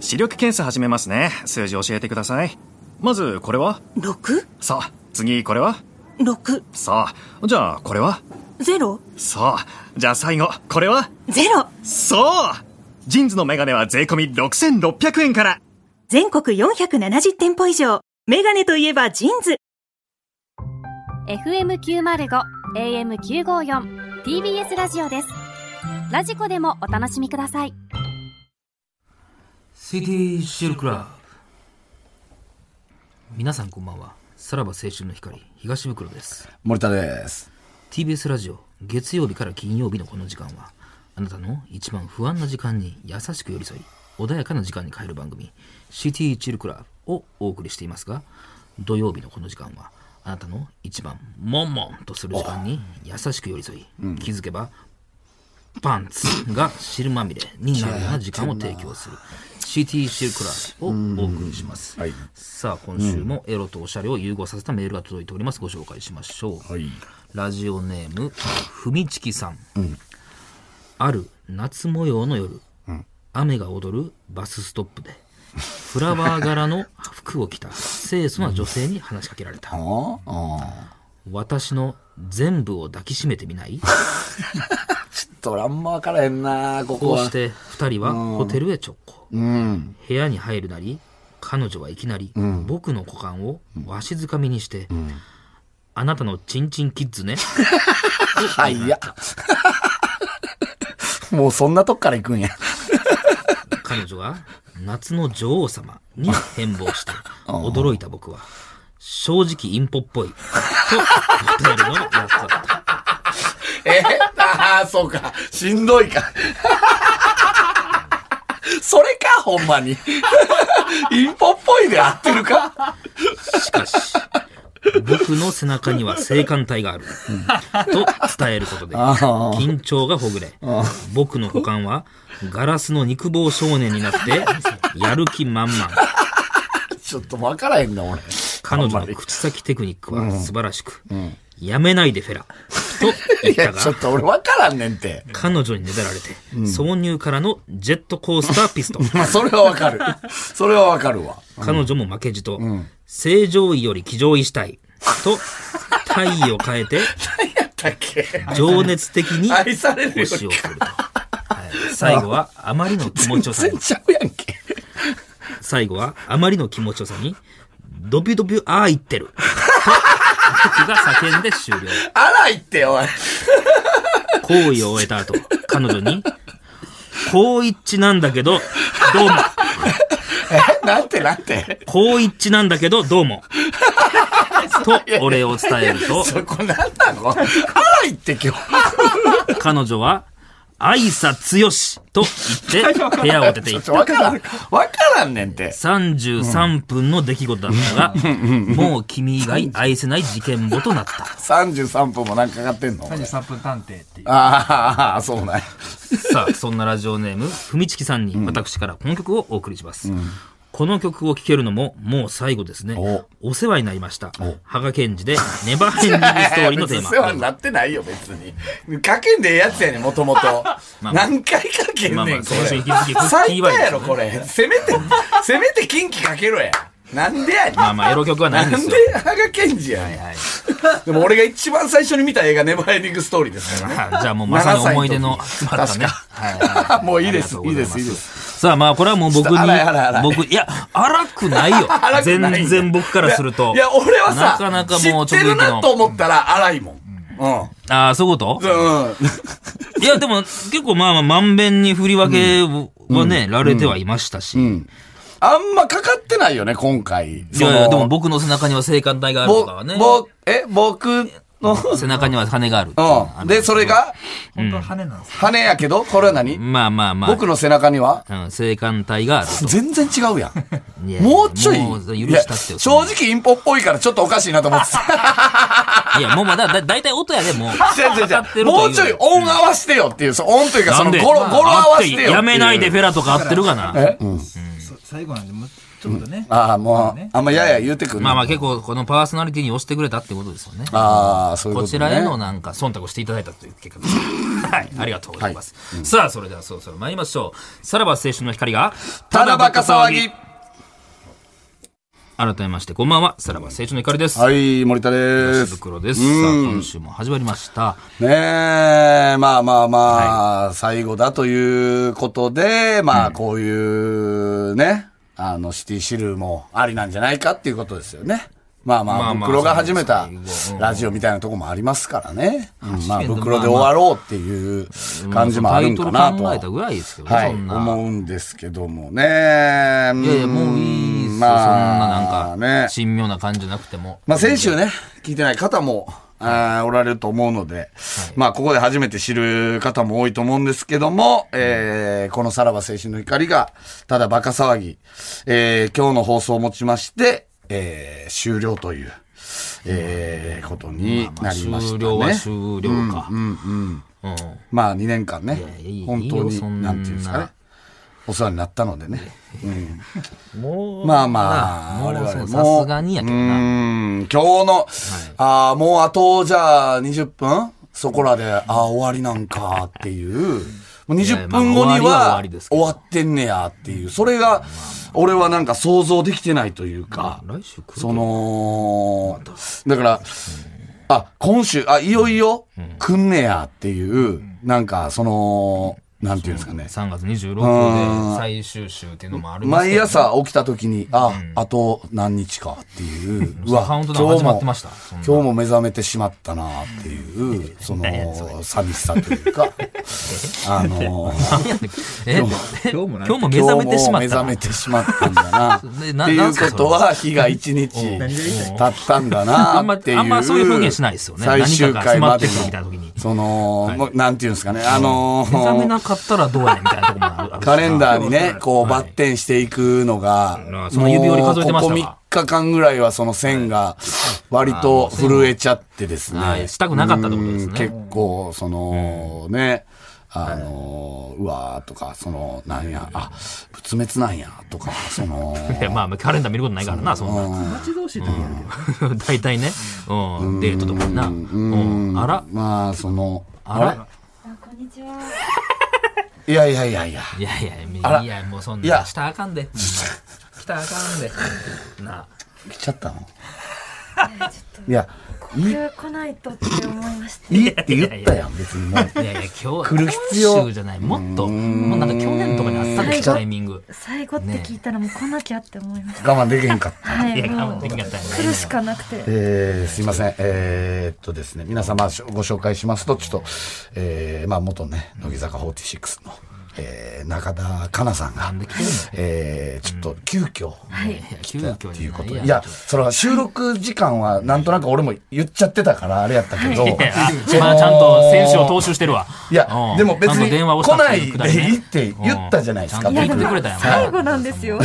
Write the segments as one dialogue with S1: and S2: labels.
S1: 視力検査始めますね。数字教えてください。まず、これは
S2: 6?
S1: さあ、次、これは
S2: 6
S1: さあ、じゃあ、これは
S2: ゼロ
S1: さあ、じゃあ最後、これは
S2: ゼロ
S1: そうジンズのメガネは税込み6600円から
S2: 全国470店舗以上メガネといえばジーンズ
S3: FM905 AM954 TBS ラジオですラジコでもお楽しみください
S4: シティシルクラブ皆さんこんばんはさらば青春の光東袋です
S5: 森田です。
S4: TBS ラジオ月曜日から金曜日のこの時間はあなたの一番不安な時間に優しく寄り添い穏やかな時間に変える番組「シティチルクラブ」をお送りしていますが土曜日のこの時間はあなたの一番モンモンとする時間に優しく寄り添い、気づけばパンツが汁まみれになるような時間を提供する CT シルクラブをお送りします、
S5: はい
S4: さあ今週もエロとおしゃれを融合させたメールが届いておりますご紹介しましょう、
S5: はい
S4: ラジオネームふみちきさん、ある夏模様の夜、雨が踊るバスストップでフラワー柄の服を着た清楚な女性に話しかけられた、
S5: あーあ
S4: 私の全部を抱きしめてみない
S5: ー。ドラマ分からへんなここ
S4: こう
S5: は。
S4: して2人はホテルへ直行
S5: うん。
S4: 部屋に入るなり彼女はいきなり僕の股間をわしづかみにして、あなたのチンチンキッズね
S5: はい、いや。 もうそんなとこから行くんや。
S4: 彼女が夏の女王様に変貌して驚いた僕は正直インポっぽいと答えるのがやつだった
S5: え ああ、そうか。しんどいか。 それか、ほんまに。 インポっぽいで合ってるか
S4: しかし僕の背中には性感帯がある、と伝えることで緊張がほぐれ僕の股間はガラスの肉棒少年になってやる気満々
S5: ちょっと分からへんな、俺。
S4: 彼女の口先テクニックは素晴らしく、やめないでフェラ、と言っ
S5: いや、
S4: た
S5: ちょ
S4: が
S5: っ、と俺分からんねんて。
S4: 彼女にねだられて、挿入からのジェットコースターピストン。
S5: まあ、それは分 かる。それは分かるわ。
S4: 彼女も負けじと、正常位より気乗位したい、と、体位を変え て、
S5: 何やったっけ
S4: 情熱的に
S5: 愛されるより
S4: 腰を振ると。はい最後は、あまりの気持ちよさ
S5: 全
S4: に
S5: 然、ちゃうやんけ。
S4: 最後は、あまりの気持ちよさに、ドビュドビュあー言ってる、と、僕が叫んで終了。
S5: あら、言ってよ、おい。
S4: 行為を終えた後、彼女に、高一致なんだけど、どうも。
S5: えなんてなんて。
S4: 高一致なんだけど、どうも。と、お礼を伝えると、
S5: そこなんなのあら、言って今日。
S4: 彼女は、愛さ強しと言って、部屋を出て
S5: ち
S4: い
S5: ょ
S4: っ
S5: っと
S4: た。
S5: 分 からん。分からんねんて。
S4: 33分の出来事だったが、もう君以外愛せない事件簿となった。
S5: 33分もなんかかかってんの俺
S6: 3分探偵っていう
S5: ああ、そうなんや。
S4: さあ、そんなラジオネーム、ふみちきさんに私からこの曲をお送りします。この曲を聴けるのももう最後ですね。
S5: お
S4: お世話になりました。羽賀健二でネバーヘンディングストーリーのテー
S5: 別に世話に
S4: マ。
S5: なってないよ、別に。かけんでええやつやねん、もともと。
S4: まあ
S5: 何回かけん
S4: まあま
S5: ね
S4: あ
S5: ん、こ
S4: 先週
S5: れ
S4: に引き続き。
S5: 最多やろ、
S4: キーワ
S5: これ。せめ て、せめて近畿かけろや。なんでやねん。
S4: まあまあ、エロ曲はないんで
S5: なん
S4: す
S5: で
S4: よ。
S5: 羽賀健二やねん。
S4: はい
S5: でも俺が一番最初に見た映画、ネバーエンディングストーリーです からね。
S4: じゃあもうまさに思い出の集まったね。はいは
S5: もういいです
S4: ありがとうござま
S5: いいですいいです
S4: さあまあこれはもう僕に
S5: ちょっと荒い荒い荒い、
S4: 僕、いや、荒くないよ
S5: 荒。くない
S4: 全然僕からすると。
S5: いや、俺はさ、
S4: なかなかもう
S5: 知ってるなと思ったら荒いもん。う
S4: ああ、そういうこと
S5: ん。うん。
S4: いや、でも、結構まあまあ、まんべんに振り分けはね、られてはいましたし。
S5: あんまかかってないよね、今回。
S4: いやいや、
S5: その
S4: でも、僕の背中には性感帯があるとかはね。
S5: ぼ、ぼ、え、僕の、
S4: 背中には羽があるっていうのはあ
S5: う
S4: の
S5: ん。で、それが、
S6: 本当は羽なんですよ
S5: 羽やけど、これは何
S4: まあまあまあ。
S5: 僕の背中には
S4: うん、性感帯がある
S5: 全然違うやん。
S4: と。いや
S5: もうちょい。
S4: もう許
S5: いや
S4: したってよ
S5: 正直インポっぽいからちょっとおかしいなと思ってた。
S4: いや、もうまだ、だ、だいたい音やで、もう。
S5: 違う違
S4: か
S5: う
S4: かって
S5: 違う。
S4: ると
S5: もうちょい音合わせてよっていう、その音というかその語呂、語呂合わせてよっていう。
S4: やめないでフェラとか合ってるかな。
S5: え
S6: そ最後なんで、もうちょっとね。
S5: ああ、もう、あんまやや言うてくる
S4: ま
S5: な。
S4: あまあ結構、このパーソナリティに押してくれたってことですよね。
S5: ああ、そういうこ、
S4: ことち
S5: ね。
S4: らへのなんか忖度をしていただいたという結果 です。はい、ありがとうございます。さあ、それではそろそろ参りましょう。さらば青春の光が、
S5: ただバカ騒ぎ。
S4: 改めまして、こんばんは。さらば青春の光です。
S5: はい、森田で
S4: 東
S5: す。
S4: 袋です。さ
S5: うん
S4: あ、今週も始まりました。
S5: ねえ、まあまあまあ、最後だということで、まあこういうね、あのシティシルもありなんじゃないかっていうことですよね。まあ
S4: ま
S5: ま
S4: あ
S5: あ、
S4: まあ
S5: 袋が始めた
S4: そうですね
S5: ラジオみたいなとこもありますからね。うんまあ、
S4: けど
S5: 袋で終わろうっていう感じもあるんかなと
S4: タ
S5: は
S4: イトル考えたぐらいですけどね、
S5: はい、
S4: そんな。
S5: 思うんですけどもね。いや
S4: いやいや、もういいっすよ。そんななんか、神妙な感じじゃなくても。
S5: まあ、先週ね、聞いてない方も、あーおられると思うので、まあ、ここで初めて知る方も多いと思うんですけども、えーこのさらば青春の怒りが、ただバカ騒ぎ、えー今日の放送をもちまして、えー終了という、えーことに
S4: まあ
S5: なりま
S4: 終
S5: したね。
S4: 了は終了か。うん、うん。
S5: まあ、2年間ね
S4: やいや、
S5: 本当
S4: いいよそん
S5: に、
S4: な
S5: なんていうんですかね、お世話になったのでね。うん
S4: もう、
S5: まあまあ、
S4: も
S5: 我々
S4: う、
S5: も
S4: さすがにやけど
S5: う
S4: な。
S5: ーん、今日の、ああ、もうあと、じゃあ、20分そこらで、ああ、終わりなんかっていう。もう
S4: いや
S5: 20分後
S4: まあ
S5: に
S4: 終わりは終わ
S5: は
S4: りですけ
S5: 終
S4: ど
S5: わってんねやっていう。それが、俺はなんか想像できてないというか、
S4: 来週来る
S5: その、だから、あ、今週、あ、いよいよ、来んねやっていう、なんか、その、なんていうんですかね。
S4: 3月26日で最終週っていうのもあるんですけど
S5: 毎朝起きた時に、あ、あと何日かっていう。う
S4: カウントダウン始まってましたそん
S5: 今
S4: な
S5: 日も目覚めてしまったなっていう、そ の、寂しさというか、あの、
S4: え
S6: 今日もな
S4: 今日も目
S5: 今
S4: 覚
S5: 日
S4: めてしま
S5: も
S4: っ
S5: 目
S4: たな。
S5: 覚めてしまったん だな。って
S4: でないな
S5: うん
S4: すか
S5: ことは、日が一日経ったんだなっていう。
S4: あんまあんまそういう表現しないですよね
S5: 最終回までの
S4: 何かが迫ってくるみたいな時に
S5: その、もうなんていうんですかね、あの、
S4: 目覚めなかったらどうやねんみたいなとこもある。
S5: カレンダーにね、こう、
S4: はい
S5: バッテンしていくの
S4: う
S5: が
S4: ん、その指折り数えてましたか
S5: もうここ3日間ぐらいはその線が、割と震えちゃってです
S4: は
S5: ね。
S4: いしたくなかったってことですね
S5: うん結構、その、ね、あの、うわーとか、その、なんや、あ、仏滅なんや、とか、その、
S4: いやまあ、カレンダー見ることないからな、そんな。
S6: 待ち遠しい時あるけど。
S4: 大体ね。 うん。デートとかにな。うん。あら。
S5: まあ、その、
S4: あら
S5: いやいやいやいや。
S4: いやいや、
S5: あら
S4: いや、もうそん
S5: い
S4: な。
S5: や
S4: したらあかんで。したらあかんで。なあ。
S5: 来ちゃったのいや、
S7: 来ないとって思いました。
S5: いいって言ったやん、別 にもう。
S4: いやいや、今日は
S5: 来る必要
S4: 今週じゃない。もっと、もうなんか去年とかにあったんですタイミング。
S7: 最後って聞いたらもう来なきゃって思 いました。
S5: 我慢できへんかった。
S7: はいい、
S4: や、
S7: も
S4: 我慢
S7: う
S4: できなかったんや
S7: 来るしかなくて。
S5: えーすいません。えーっとですね、皆様しょご紹介しますと、ちょっと、えーまあ、元ね、乃木坂46の、えー中田香奈さんが
S4: なんで来てんの、
S5: えーちょっと急遽、
S7: はい。
S4: 急
S5: っ
S4: 遽
S5: ていうこと
S4: にない
S5: いや、それは収録時間はなんとなく俺も言っちゃってたからあれやったけど、 その
S4: まあちゃんと選手を踏襲してるわ。
S5: いや
S4: うん、
S5: でも別
S4: ちゃんと
S5: に
S4: 電話を
S5: 来
S4: した
S5: ない
S4: ってうくだ
S5: で
S4: り
S5: い
S4: ね
S5: いって言ったじゃないですか。
S4: うん
S7: い
S4: ちゃ
S7: や
S4: んと言っ
S7: で
S4: てく
S7: も
S4: れたんやもん
S7: 最後なんですよ。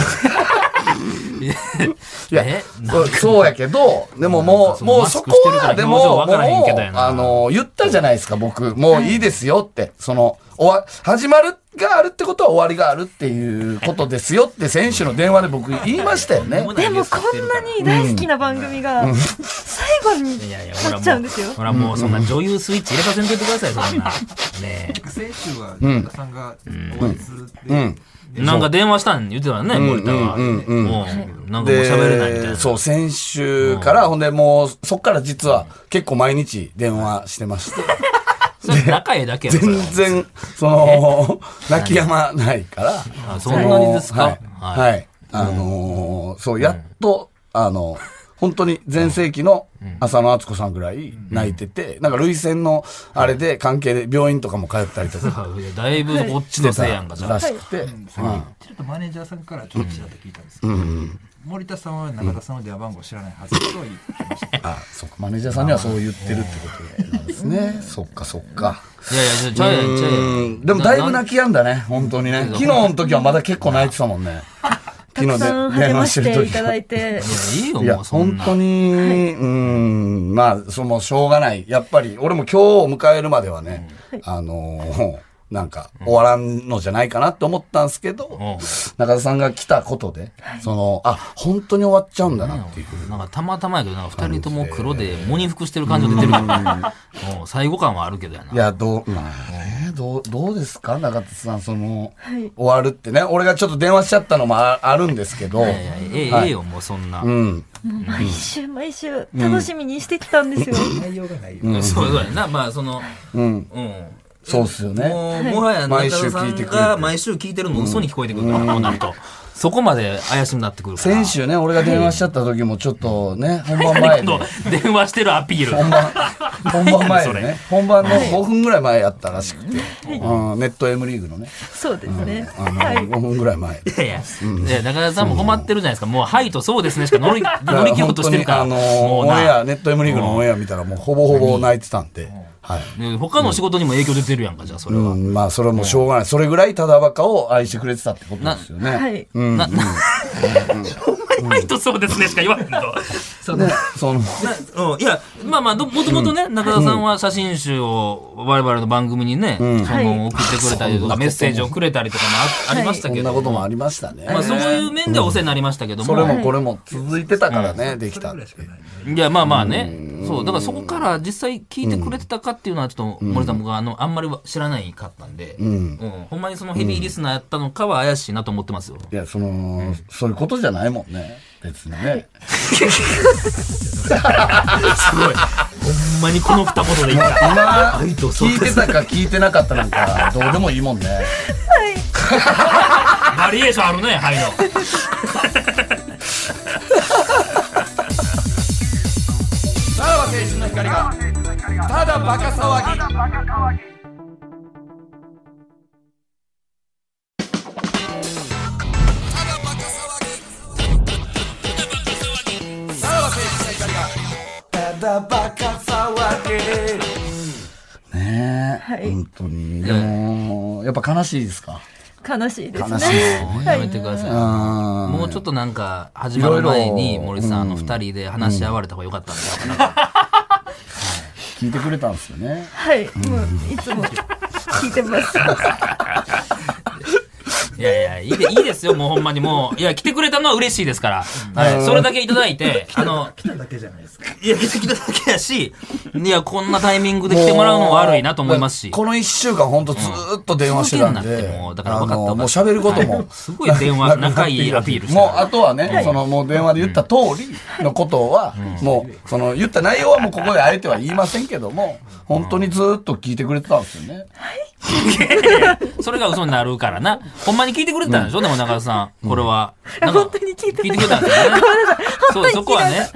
S5: いや
S4: え、
S5: そうそうやけ ど、でも
S4: なんか
S5: も、
S4: そうの
S5: もう
S4: マス
S5: そ
S4: ク
S5: こ
S4: してるから
S5: は、で
S4: 表情
S5: も、も
S4: わからへんけどや
S5: う、
S4: な
S5: あの、言ったじゃないですか、僕。もういいですよって。その、おわ、始まるがあるってことは終わりがあるっていうことですよって、選手の電話で僕言いましたよね。
S7: でもこんなに大好きな番組が最後に
S4: いやいや、
S7: なっちゃうんですよ。
S4: ほらもう、ほらもうそんな女優スイッチ入れさせんといてください、 そんな。ね
S6: 先週は、神田さんがお会いするってい
S4: え。
S6: う。
S4: なんか電話したん言ってたらね、森田が。もう、なんかもう喋れないみたい
S5: で、
S4: な。
S5: そう、先週から、ほんでもう、そっから実は結構毎日電話してまして、
S4: それ仲ええだけやろそれ
S5: 全然、その、泣き止まないから。
S4: あそんなにです
S5: は
S4: か
S5: い。はい。あのー、そう、やっと、あの、本当に全盛期の浅野敦子さんぐらい泣いてて、なんか涙腺のあれで関係で病院とかも通ったりとか
S4: いやだいぶこっちの
S5: して
S4: せいやんか、じ
S5: た
S4: ゃ
S5: ら
S4: あ。
S5: しくて、うん
S6: ちょっとマネージャーさんからちょっとちらっと聞いたんですけど、森田さんは中田さんの電話番号知らないはずだと言ってました。
S5: あ、そっか、マネージャーさんにはそう言ってるってことなんですね。そっか、そっか。
S4: いやいや、ちょちゃうやん、ちゃうや。
S5: うんんでもだいぶ泣き止んだね、本当にね。昨日の時はまだ結構泣いてたもんね。
S7: たくさん励ましていただいて。
S4: いや、いいよ、
S5: いや、
S4: もうそん
S5: 本
S4: な。
S5: 当に、うん、まあ、その、しょうがない。やっぱり、俺も今日を迎えるまではね、あのーなんか、終わらんのじゃないかなって思ったんですけど、
S4: ん
S5: 中田さんが来たことで、その、あ、本当に終わっちゃうんだなっていう。
S4: なんかたまたまやけど、なんか二人とも黒で、喪に服してる感じが出てるから、もう最後感はあるけどやな。
S5: いや、どう、まあね、どう、どうですか中田さん、その、
S7: はい
S5: 終わるってね、俺がちょっと電話しちゃったのもああるんですけど、
S4: いやいやええ、
S5: はい
S4: ええよ、もうそんな。
S5: うん。
S7: もう毎週毎週楽しみにしてきたんですよ。
S6: 内容がないよ。
S4: そうそうやな、まあその、
S5: うん。
S4: うん。
S5: そうっすよね。
S4: もう、もはや中田さ
S5: 毎週聞い
S4: ん
S5: てくれて
S4: が毎週聞いてるの嘘に聞こえてくるから、こうなると。そこまで怪しくなってくるから。
S5: 先週ね、俺が電話しちゃった時もちょっとね、本番前
S4: 何
S5: で
S4: 今。度電話してるアピール。
S5: 本番、本番前で
S4: それ
S5: ね。本番の5分ぐらい前やったらしくて。うんネット M リーグのね。
S7: そうですね。
S5: あの、5分ぐらい 前。
S4: いやいや、いや中田さんも困ってるじゃないですか。もう、はいとそうですねしか乗り乗り切ろうとしてるから。
S5: 本当にあの、
S4: もう
S5: オンエ
S4: な
S5: ア、ネット M リーグのオンエア見たらもうほぼほぼ泣いてたんで。はい。
S4: ね他の仕事にも影響出てるやんか、じゃあそれ
S5: う
S4: は。
S5: ん、まあそれはもうしょうがない。それぐらいただバカを愛してくれてたってことですよ
S7: は
S5: ね。
S7: い。
S5: うん。
S4: な、な、お前はいとそうですねしか言わへんと。その
S5: ね、その、
S4: なうん、いや、まあまあ、どもともとね、中田さんは写真集を我々の番組にね、その送ってくれたりとか、メッセージをくれたりとかもあありました
S5: そ
S4: け
S5: ん
S4: ど
S5: なことも
S4: も、
S5: ありましたね。
S4: まあそういう面ではお世話になりましたけども、
S5: それもこれも続いてたからね、できたっていう。
S4: いや、まあまあね、そう、だからそこから実際聞いてくれてたかっていうのは、ちょっと森さん、僕はあのあんまり知らないかったんで、うんほんまにそのヘビーリスナーやったのかは怪しいなと思ってますよ。
S5: いや、その、そういうことじゃないもんね。別にね。
S4: すごい。ほんまにこの二言で言った。
S5: 今、
S4: 愛とそう
S5: 聞いてたか聞いてなかったなんか、どうでもいいもんね。
S4: バリエーションあるね、はいの。
S5: さらば青春の光が、ただバカ騒ぎ。ねえ、
S7: はい
S5: 本当に。でも、やっぱ悲しいですか
S7: 悲しいです
S5: 悲しい
S7: ね。
S4: やめてください。
S5: うん
S4: もうちょっとなんか始まる前
S5: い
S4: に
S5: ろいろ
S4: 森さんあの二人で話し合われた方が良かったんじゃないかな
S5: 聞いてくれたんですよね。
S7: はい。もういつも聞いて ます。
S4: いやいやいいでいいですよもうほんまにもういや来てくれたのは嬉しいですから、はい、それだけいただいてあの
S6: 来ただけじゃないですか。
S4: いや来てきただけやしいやこんなタイミングで来てもらうのは悪いなと思いますし
S5: この一週間本当ずーっと電話してたん
S4: 続けんなっ
S5: で
S4: てもう、だから
S5: あ
S4: 分かった
S5: の
S4: 分
S5: も
S4: か
S5: う
S4: った
S5: 喋ること
S4: は
S5: も
S4: い、すごい電話仲いいアピ ールしてた
S5: もうあとはね、そのもう電話で言った通りのことは、もうその言った内容はもうここであえては言いませんけども、本当にずーっと聞いてくれてたんですよね。
S4: それが嘘になるからなほんまに聞いてくれてたんでしょ、でも中田さんこれは、なんか
S7: 本当に聞いて
S4: 聞いて
S7: な
S4: く
S7: い
S4: れたんですよねそうそこはね、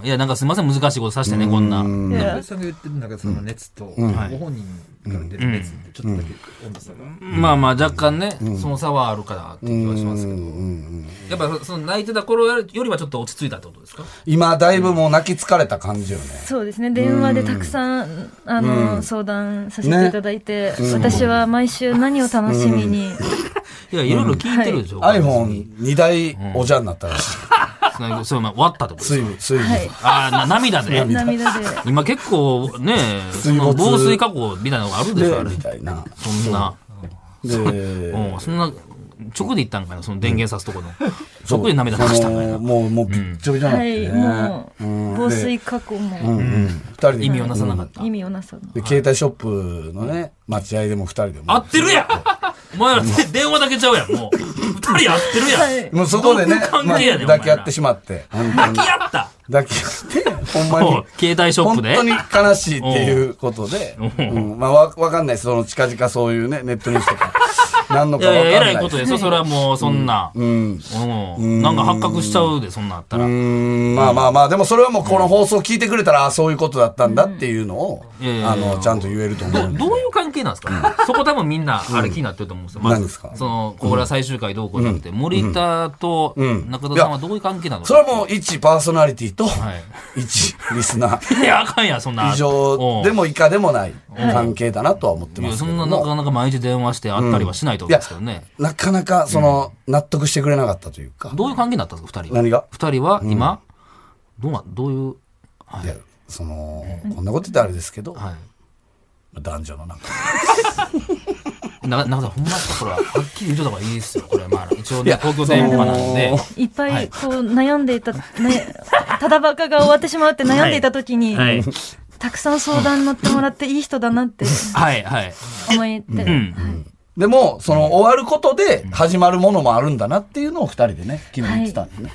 S4: うんいやなんかすいません難しいことさせてねこんな。
S7: いや
S6: 安倍さんが言ってる中でその熱と、ご本人から出る熱ってちょっとだけ温度差が。
S4: まあまあ若干ね、その差はあるかなって気はしますけど、やっぱそその泣いてた頃よりはちょっと落ち着いたってことですか
S5: 今だいぶもう泣き疲れた感じよね。
S7: そうですね電話でたくさんあの相談させていただいて、私は毎週何を楽しみに、
S4: いや、いろいろ聞いてるでしょ。
S5: iPhone2 台おじゃになったらしい。
S4: そのそう、まあ、終わったってことですか
S5: 水分、水分。
S7: はい
S4: ああ、な涙で。
S7: 涙 で
S4: 今結構ね、そ
S5: 水
S4: の
S5: 没
S4: 防水加工みたいなのがあるでしょ、あ
S5: で、
S4: れ
S5: み。たいな。
S4: そんな、
S5: で、
S4: うん、そんな、直で行ったんかな、その電源さすとこの。直で涙流したんかい
S5: その
S4: な。
S5: もう、もうびっちょびちょになっ
S7: は
S5: て
S7: い
S5: ね。
S7: もう
S5: うん
S7: 防水加工
S5: うん
S7: も
S5: うん二人で
S4: 意味をなさなかった。
S7: 意味をなさない
S5: で、携帯ショップのね、待合でも二人でも。
S4: 合ってるやんお前らで電話だけちゃうやん、もう。二人合ってるやん。
S5: もうそこでね、
S4: どういう関係やねん
S5: 抱き合って
S4: お
S5: しまって。本当
S4: 抱
S5: に
S4: き合った
S5: 抱き合って、ほんま
S4: お
S5: に
S4: う。 携帯ショッ
S5: 本
S4: プで
S5: 当に悲しいっていうことで、うんまあわ、わかんないです。その近々そういうね、ネットニュースと か、何の
S4: い
S5: かわか
S4: やい
S5: んない
S4: や、えら
S5: です
S4: いことですよ。それはもう、そんな。
S5: うん。
S4: うん。なんか発覚しちゃうで、そんなんあったら。
S5: う
S4: い
S5: ん、まあまあまあ、でもそれはもうこの放送聞いてくれたら、あそういうことだったんだっていうのを、
S4: うんいやいやいや
S5: あの、ちゃんと言えると思
S4: ど
S5: うんで。
S4: どういう関係なんですかそこ多分みんな、あれ気になってると思うんですよ。まず
S5: 何ですか
S4: その、これは最終回どうこうじゃなくて、森田と
S5: ん
S4: 中田さんはどういう関係なの
S5: それはもう、一パーソナリティと、
S4: はい。
S5: 一リスナ ー。
S4: いや、あかんや、そんな。
S5: 以上で
S4: も。
S5: も以下でもない関係だなとは思って
S4: い
S5: ま
S4: や、
S5: す
S4: そ
S5: けど
S4: んな
S5: も。
S4: なかなか毎日電話して会ったりはしないってことですけどね。
S5: なかなか、その、納得してくれなかったというか。
S4: どういう関係になったんですか、二人は。
S5: 何が
S4: 二人は今、どうな、どういう、はい
S5: や、その、こんなこと言ったらあれですけど、
S4: はい。
S5: 男女のなんか。
S4: な中田さん、ほんまですかこれは、はっきり言っとった方がいいですよ。これ、まあ、一応
S5: い
S4: ね、
S5: や
S4: 東京電波なんで。
S7: いっぱいこう悩んでいた、ね、 ただバカが終わってしまうって悩んでいた時に、
S1: はい。
S7: たくさん相談乗ってもらっていい人だなって
S4: はい、はい。
S7: 思えて、
S4: うん。
S5: でも、その、終わることで、始まるものもあるんだなっていうのを二人でね、昨日言ってたんですね。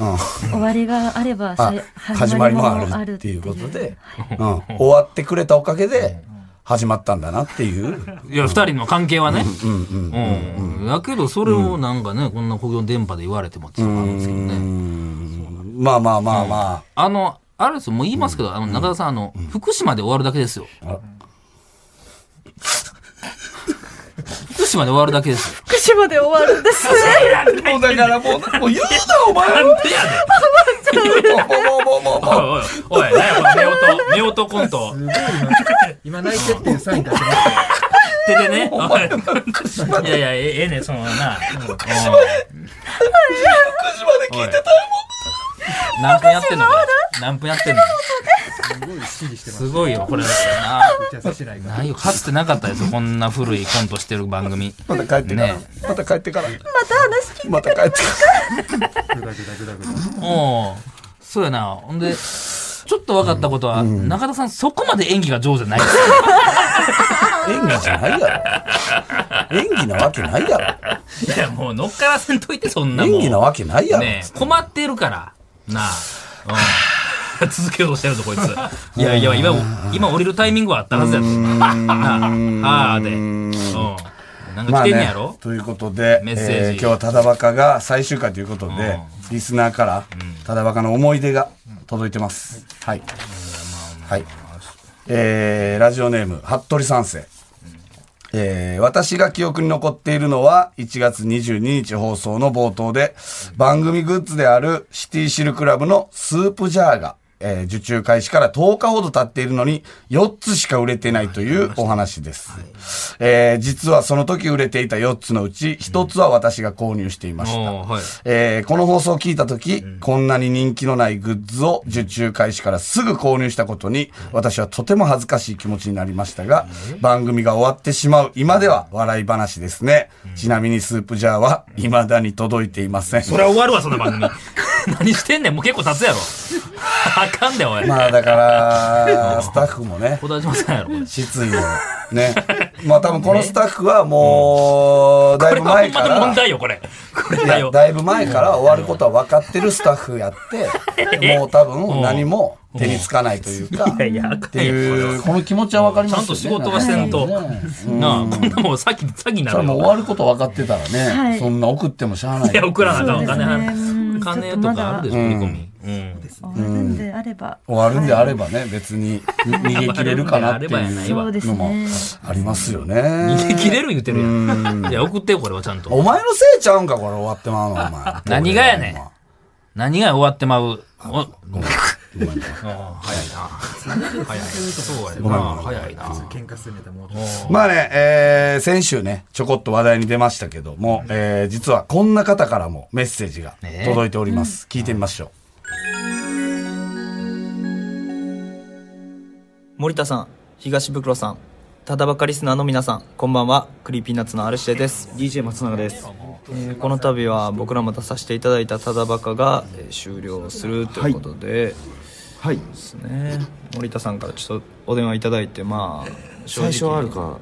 S5: うん。
S7: 終わりがあればさ
S5: あ始まりも
S7: も
S5: あるっていうことで、うん、終わってくれたおかげで始まったんだなっていう。
S4: いや、二人の関係はね。うん。だけど、それをなんかね、こんな公共の電波で言われてもっていうのもあるんですけどね。
S5: うんまあまあまあま
S4: あの、あれですよ、もう言いますけど、あの、中田さん、あの、福島で終わるだけですよ。福島で終わるだけですよ。
S7: 福島で終わるんですね。
S5: あ。もうだからもう、もう言うなお前は
S4: なんでやねん
S5: もうもうもうもうもう。
S4: おいおい、おい、何やこれ、ネオト、ネオトコント。
S6: 今泣いてっていうサイン出しました
S4: 手で
S6: よ
S4: ね。おいいやいや、ええええねんそのな。福島で、福島で聞いてたいもん。何分やってんのこれ何分やってんの
S6: すごい指示してます
S4: すごいよ、これ。な
S6: 打ち合わせしないから
S4: ないよ、かつてなかったですよ、こんな古いコントしてる番組。
S5: また帰ってから
S4: ね。
S5: また帰ってから。
S7: また話聞いて
S5: また帰って
S6: グダグダグダグダ
S4: おお、そうやな。ほんで、ちょっと分かったことは、中田さん、そこまで演技が上手じゃないですよ。
S5: から。演技じゃないやろ。演技なわけないや
S4: いや、もう乗っからせんといて、そん
S5: ろ。
S4: なもん。
S5: 演技なわけないやろ。
S4: ねえ困ってるから。なあ。うん 続けようとしてるぞ、こいつ。いやいや、今も、今降りるタイミングはあったはずやと。 ああ、で。うん。なんか来てんねやろ
S5: ということで、
S4: メッセージ
S5: えー今日はただバカが最終回ということで、リスナーから、ただバカの思い出が届いてます。はい。はい。えーラジオネーム、服部三世。えー私が記憶に残っているのは、1月22日放送の冒頭で、番組グッズであるシティシルクラブのスープジャーが、えー受注開始から10日ほど経っているのに、4つしか売れてないというお話です。えー実はその時売れていた4つのうち、1つは私が購入していました。
S4: おーはい。
S5: えーこの放送を聞いたとき、こんなに人気のないグッズを受注開始からすぐ購入したことに、私はとても恥ずかしい気持ちになりましたが、番組が終わってしまう今では笑い話ですね。ちなみにスープジャーは未だに届いていません。
S4: そりゃ終わるわ、そんな番組。 何してんねん、もう結構経つやろ。 あかんで、おい。
S5: まあだから、スタッフもね、
S4: 小田島さんやろ、これ。
S5: 失意をね。まあ多分このスタッフはもう、だいぶ
S4: これ
S5: 前
S4: は
S5: か
S4: ほんまの
S5: ら
S4: 問。題よ、これ。これ
S5: い
S4: だ
S5: や
S4: よ。
S5: だいぶ前から終わることは分かってるスタッフやって、もう多分何も手につかないというか、っ
S4: いやいや、あか
S5: て
S4: んよ。
S5: いう、この気持ちは分かりますよね。
S4: ちゃんと仕事はしてんと
S5: なかね
S4: なあ、こんなもん、詐欺、詐欺にな
S5: それ
S4: る
S5: もう
S4: よ。
S5: 終わること分かってたら
S7: は
S5: ね、
S7: い
S5: そんな送ってもしゃあない
S4: い。や、送らなあかんわ、
S7: そう
S4: 金
S7: で
S4: 払う金
S7: すねうんちょっと
S4: と
S7: ま
S4: か
S7: だ
S4: あるでしょ、振り込み。うん。
S7: 終わるんであれば、
S5: 終わるんであればね、別に逃げ切れるかなってい
S4: 終わるんであればやな
S5: う
S4: いわ
S7: そうです
S5: のも
S7: ね。
S5: ありますよ
S4: 逃げ
S5: ね。
S4: 切れる言うてるやん。いや、送ってよ、これはちゃん
S5: お
S4: と。
S5: 前のせいちゃうんか、これ終わってまうの、お前。
S4: 何がやねん何が終わってまう。おお
S5: ごめんね
S4: あー早いな。早い。そうや
S5: ご
S4: な
S5: めんごめん。
S4: 早いな。
S6: 喧嘩するネタもうちょっ
S5: まあね、えー、先週ね、ちょこっと話題に出ましたけども、えー、実はこんな方からもメッセージが
S4: ね
S5: 届いております。聞いてみましょ
S8: 森田さん東袋さんただばかリスナーの皆さんこんばんはクリーピーナッツのアルシェです DJ 松永です、えーこの度は僕らも出させていただいたただばかが、えー終了するということではい、ですね森田さんからちょっとお電話いただいてまあ最初はあるか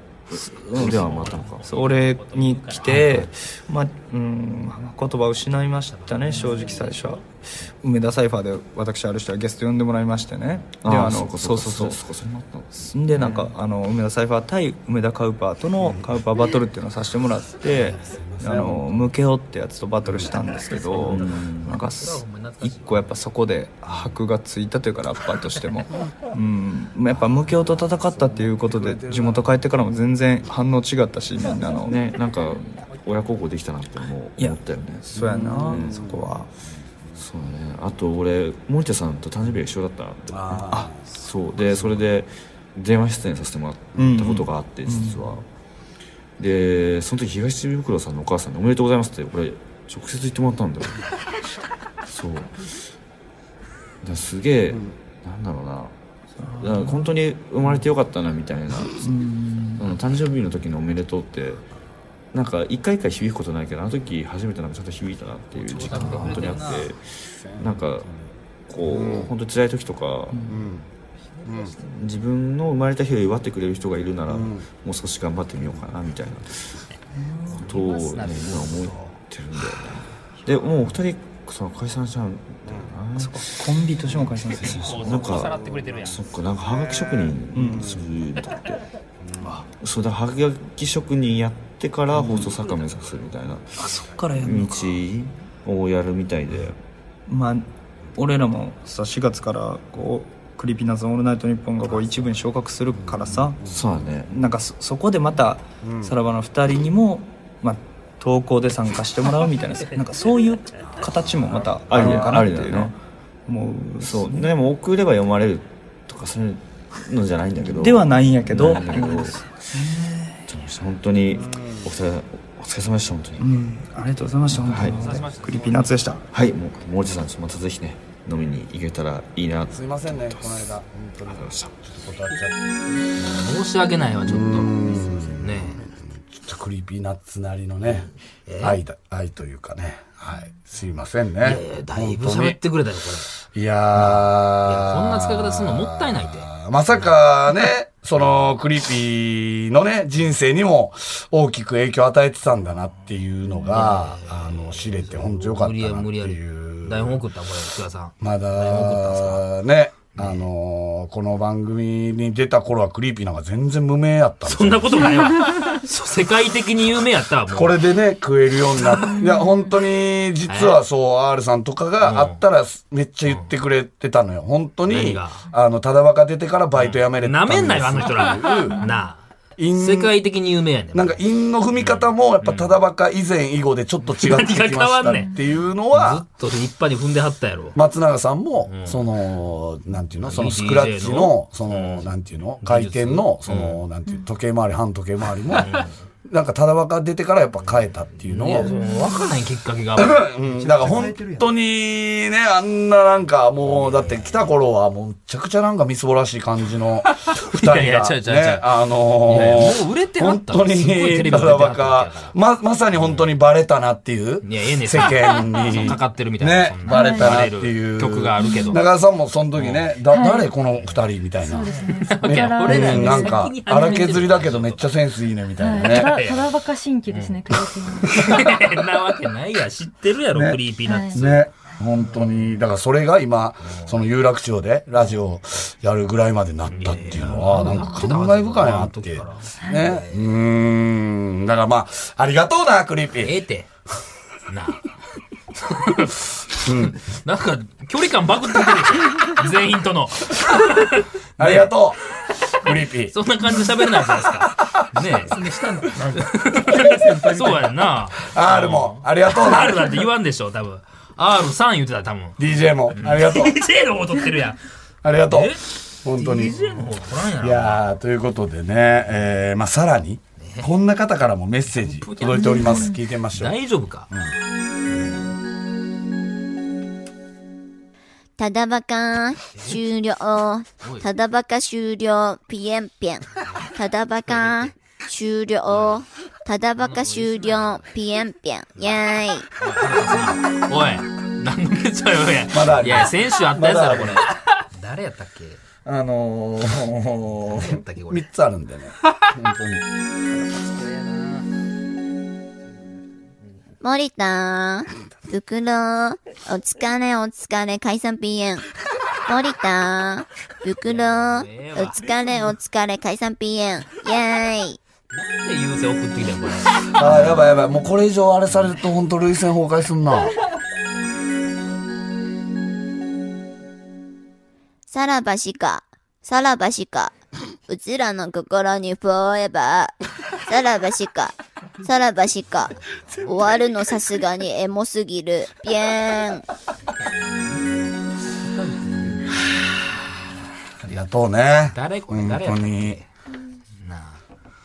S8: お電話もあったのかそれに来て、まあうんまあ言葉を失いましたね正直最初は梅田サイファーで私ある人はゲスト呼んでもらいましてねであのそうそうそうでなんかあの梅田サイファー対梅田カウパーとのカウパーバトルっていうのをさせても らって「あの向けよ」ってやつとバトルしたんですけどなんかす一個やっぱそこで箔がついたというかラッパーとし ても、うん、やっぱ向けよと戦ったっていうことで地元帰ってからも全然反応違ったしみんなの
S9: ねなんか親孝行できたなって思う
S8: いや
S9: 思ったよね
S8: そうやな、
S9: ん
S8: そこは
S9: そうねあと俺森田さんと誕生日が一緒だったってあそうでそれで電話出演させてもらったことがあって、実は、でその時東袋さんのお母さんに「おめでとうございます」って俺直接言ってもらった んだよそうだからすげえ、なんだろうなだから本当に生まれてよかったなみたいなその誕生日の時の「おめでとう」ってなんか一回一回響くことないけどあの時初めてなんかちゃんと響いたなっていう時間が本当にあってなんかこう本当辛い時とか、自分の生まれた日を祝ってくれる人がいるなら、もう少し頑張ってみようかなみたいなことを、ね、今思ってるんだよねでもうお二人さ解散しちゃうんだよな、そっか
S8: コンビとしても解散する
S9: なんかそっかなんかはがき職人するんだって、そうだはがき職人やってから放送作家目指すみたいな
S8: そっからやるのか
S9: 道をやるみたいで
S8: まあ俺らもさ4月からこうクリーピーナッツのオールナイトニッポンがこう一部に昇格するからさ、
S9: そうだね
S8: なんかそそこでまたさらばの2人にも、まあ、投稿で参加してもらうみたいななんかそういう形もまたあるのかなっていう
S9: あ
S8: の
S9: り
S8: もう
S9: そうでも送れば読まれるとかそういうのじゃないんだけど
S8: ではないんやけど、
S9: なんだけどでも本当にお疲れお疲れ様でした本当に、
S8: うん、ありがとうございました本当に、クリーピーナッツでした
S9: はいもう森田さんちょっとまたぜひね飲みに行けたらいいなと
S5: すいませんね、この間。本当に。
S9: 思いました
S4: 申し訳ないわちょっとね
S5: ちょっとクリーピーナッツなりのね、愛だ、愛というかね。はい。すいませんね
S4: ええ。だいぶ喋ってくれたよこれ
S5: いやー
S4: いやこんな使い方するのもったいないって
S5: まさかね、その、クリーピーのね、人生にも大きく影響を与えてたんだなっていうのが、あの、知れて本当よかった
S4: 無理やり
S5: なって
S4: 無理やり
S5: いう。
S4: 台本送ったこれ福田さん
S5: まだ、ね、あのーこの番組に出た頃はクリーピーなんか全然無名やったんですよ
S4: そんなことないわ そ世界的に有名やったわもう
S5: これでね、食えるようになって、いや、本当に、実はそう、R さんとかがあったら、めっちゃ言ってくれてたのよ。本当
S4: 何
S5: に
S4: が、
S5: あの、ただ若出てからバイト辞めれてた
S4: なん
S5: で
S4: め
S5: す
S4: んなよあの人ら
S5: うん
S4: なあ
S5: 因
S4: 世界的に有名やねん
S5: なんか、韻の踏み方も、やっぱ、ただ若以前以後でちょっと違ってきま
S4: 何が
S5: し
S4: 変
S5: た
S4: わんねん
S5: っていうの
S4: ず
S5: は
S4: っ、と立派に踏んではったやろ
S5: 松永さんも、その、なんていうの、そのスクラッチ
S4: DJ の
S5: の、その、なんていうの、回転の、その、なんていう、時計回り、半時計回りも、なんか、ただ若出てからやっぱ変えたっていうの
S4: いや
S5: を
S4: そ、の分からないきっかけが
S5: うんだから本当にね、あんななんかもう、だって来た頃はもう、むちゃくちゃなんかみすぼらしい感 じの二人
S4: い
S5: が、
S4: やい
S5: ね
S4: や違う違う違う、
S5: あのー
S4: いやいやもう売れては
S5: 本
S4: ったわ
S5: 当
S4: すごいテレビ
S5: に、
S4: も
S5: た
S4: 出てはったわ
S5: だば
S4: けやから
S5: か、ま、まさに本当にバレたなっていう、
S4: いやええねん
S5: 世間 に、
S4: かかってるみたいな
S5: ね
S4: そん、な
S5: バレたなっていう。
S4: 曲があるけど
S5: 中田さんもその時ね、だ、誰この二人みたいな。ね
S7: から
S5: う
S4: ら
S5: ん
S4: ね
S5: なんか
S4: 先に、始めてる
S5: 荒削りだけどめっちゃセンスいいねみたいな
S7: ただ
S5: ね。
S7: ただバカ新規ですね、クリエイティブ
S4: なわけないや知ってるやろ、
S5: ね
S4: クリーピーナッツ、
S5: ね。本当に、だからそれが今、その有楽町でラジオをやるぐらいまでなったっていうのは、なんか感慨深いなって。ね。うーん。だからまあ、ありがとうな、クリーピ
S4: ええ
S5: ー。
S4: てなあ なんか距離感バグってるでしょ全員との
S5: ありがとう、クリーピー。
S4: そんな感じで喋れないじゃないですかねえそうやんな
S5: R も、ありがとうな
S4: R。なんて言わんでしょ多分 R3 言ってた多分
S5: DJ も、ありがとう、
S4: DJ の方取ってるやん
S5: ありがとう
S4: え。
S5: 本当に。
S4: DJ の方取らんやろ
S5: いやーということでね、えーまあさらに、こんな方からもメッセージ届いております。聞いてみましょう。
S4: 大丈夫か、
S10: ただばか終了。ただばか終了。ピエンピエン。ただばか終了。ただばか終了。ピエンピエン。イェーイ。
S4: おい何のめっちゃよや
S5: まだあ
S4: い
S5: る
S4: や先週あったやつだろこれ
S5: ま
S4: 誰やったっけ
S5: あの
S4: やったっけこれ
S5: 3つあるん でね。本当に。
S10: 森田、袋、お疲れお疲れ、解散 PN。森田、袋、お疲れお疲れ、解散 PN。イェーイ。
S4: なんで優勢送ってきたんこれ
S5: あーやばいやばい。もうこれ以上あれされると本当累戦崩壊す んな。
S10: さらばしか、さらばしか、うちらの心にフォーエバー。さらばしか、さらばしか、終わるのさすがにエモすぎる。ぴえーん。
S5: ありがとうね。
S4: 誰これ
S5: 本
S4: 誰や
S5: 当
S4: ったっけ
S5: に。
S4: なあ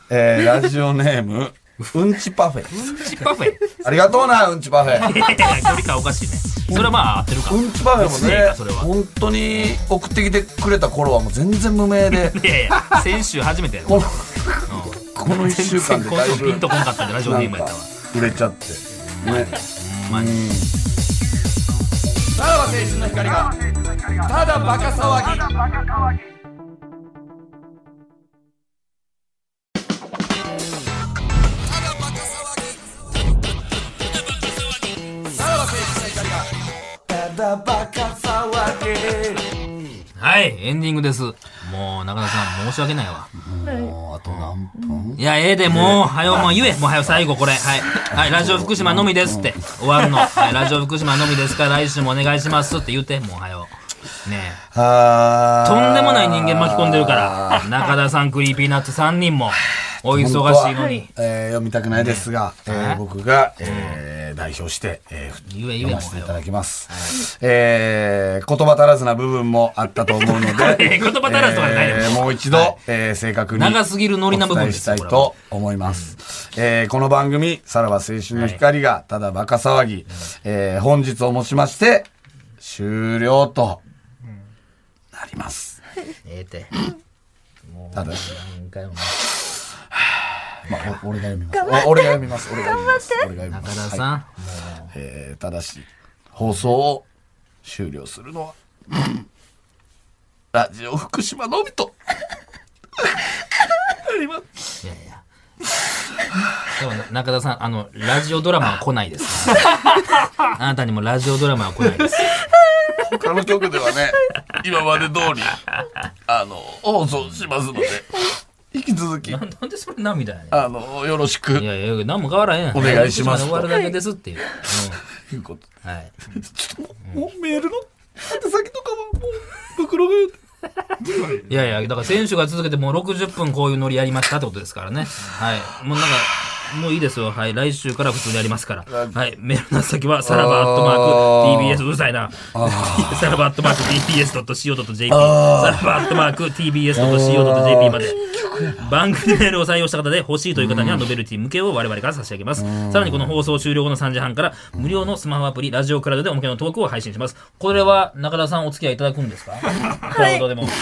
S5: えー、ラジオネーム、うんちパフェ。
S4: うんちパフェ。
S5: ありがとうな、うん ちパフェ。
S4: いやいや距離感おかしいね。それはまあ合ってるか。
S5: うんちパフェも
S4: 失礼
S5: ね
S4: かそれは。
S5: 本当に送ってきてくれた頃はもう全然無名で
S4: いやいや、先週初めてやろ。
S5: このこの1週間
S4: 全然
S5: で
S4: 今
S5: だい
S4: 週
S5: ぶ
S4: ピンとこんかったんで、ラジオネームやったわ。
S5: 売れちゃってねうんさらば青春の光がただバカ騒ぎ
S4: はい、エンディングです。もう、中田さん、申し訳ないわ。
S5: もうあと何分
S4: いや、ええで、もう、はよ、もう言え。もうはよ、最後これ。はい。はい、ラジオ福島のみですって。終わるの。はい、ラジオ福島のみですから、来週もお願いしますって言って、もうはよ。ねえ。
S5: あ
S4: とんでもない人間巻き込んでるから、中田さん、クリーピーナッツ3人も、お忙しいのに。
S5: ーえー読みたくないですが、えー僕が、えー代表して、えー
S4: 言え、言え、も
S5: 読ませていただ
S4: う。
S5: きます、えー言葉足らずな部分もあったと思うの
S4: 言
S5: で
S4: 葉足らずとかじゃないよ
S5: えーもう一度、えー正確に
S4: 長すぎるノリな部分
S5: お
S4: で
S5: 伝えし
S4: す
S5: たいと思います。えーこの番組、さらば青春の光が、ただバカ騒ぎ、えー本日をもちまして、終了と、なります。
S11: ええって。もう、
S5: ただし、
S11: 何回も。
S5: まあ、 お俺が読みます。お俺が読みます。俺が読みます。俺が読みま
S4: 中
S5: す
S4: 田
S5: はい
S4: さん、
S5: えーただし、放送を終了するのは、 ラジオ福島のみと、
S4: いやいや。でもな中田さん、あの、ラジオドラマは来ないです。あなたにもラジオドラマは来ないです。
S5: 他の局では ね、今まで通り、あの、放送しますの で、引き続き、
S4: なんなんでそれ涙やねん。
S5: あの、よろしく
S4: い、やいや、何も変わらへん。
S5: お願いします
S4: 終わるだけですっていう。
S5: ということ。
S4: うん。はい。
S5: もうメールの宛先とかはもう袋が
S4: いやいや、だから選手が続けてもう60分こういうノリやりましたってことですからね。はい。もうなんか、もういいですよ。はい。来週から普通にやりますから。はい。メールの先は、さらばアットマーク TBS、うるさいな。 さらばアットマーク TBS.CO.JP。さらばアットマーク TBS.CO.JP まで。番組メールを採用した方で欲しいという方にはノベルティ向けを我々から差し上げます。さらにこの放送終了後の3時半から無料のスマホアプリラジオクラウドでおまけのトークを配信します。これは中田さんお付き合いいただくんですかクラウドでも。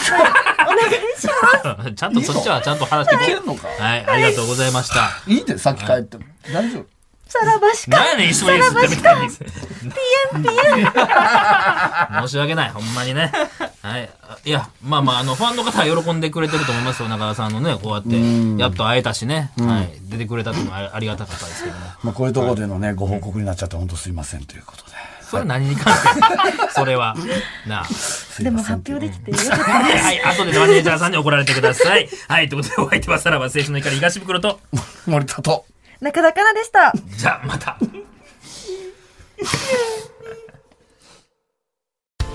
S4: ちゃんとそっちはちゃんと話していこう。はい、ありがとうございま した。
S5: いいで、さっき帰っても。大丈夫。
S7: さらばしか
S4: 何やねん、一緒にですってみたいに。申し訳ない、ほんまにね。はい。あいや、まあまあ、あの、ファンの方は喜んでくれてると思いますよ、中田さんのね、こうやって、やっと会えたしね、はい、出てくれたっていうのはありがたかったですけども。
S5: まあ、こういうところでのね、ご報告になっちゃって、本当すいませんということで。
S4: それは何に関して それは。なあ。
S7: でも発表できてよかった
S4: はい、後でマネージャーさんに怒られてください。はい、ということで、お相手はさらば青春の怒り東袋と、
S5: 森田と。
S7: 中田かなでした
S4: じゃあ、また。